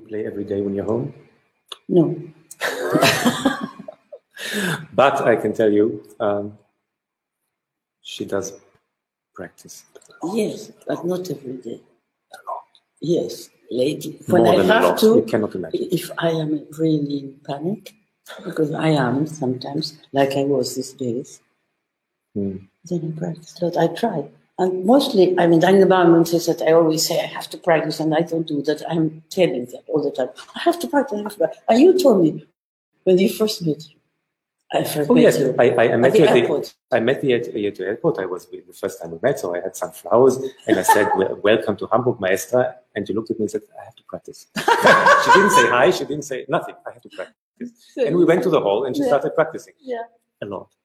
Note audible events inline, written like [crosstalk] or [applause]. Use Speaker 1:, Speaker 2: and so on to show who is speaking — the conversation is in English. Speaker 1: play every day when you're home.
Speaker 2: No.
Speaker 1: But I can tell you, um, she does practice.
Speaker 2: Yes, but not every day. Yes, lately. When
Speaker 1: More
Speaker 2: I
Speaker 1: than a
Speaker 2: have
Speaker 1: lot. You
Speaker 2: to,
Speaker 1: cannot imagine.
Speaker 2: if I am really in panic, because I am sometimes, like I was these days,
Speaker 1: Hmm.
Speaker 2: then I practice a lot. I try. And mostly, I mean, Daniel Bauman says that I always say I have to practice and I don't do that. I'm telling that all the time. I have to practice. I have to practice. And you told me when you first met you, I first
Speaker 1: Oh
Speaker 2: met
Speaker 1: yes,
Speaker 2: you
Speaker 1: I, I, I
Speaker 2: at
Speaker 1: met you
Speaker 2: the
Speaker 1: at the,
Speaker 2: airport.
Speaker 1: I met you at, you at the airport. I was the first time we met, so I had some flowers and I said, "Wel- "Welcome to Hamburg, Maestra." And you looked at me and said, "I have to practice." she didn't say
Speaker 2: [laughs]
Speaker 1: hi. She didn't say nothing. I have to practice. And we went to the hall and she
Speaker 2: Yeah.
Speaker 1: started practicing
Speaker 2: Yeah.
Speaker 1: a lot.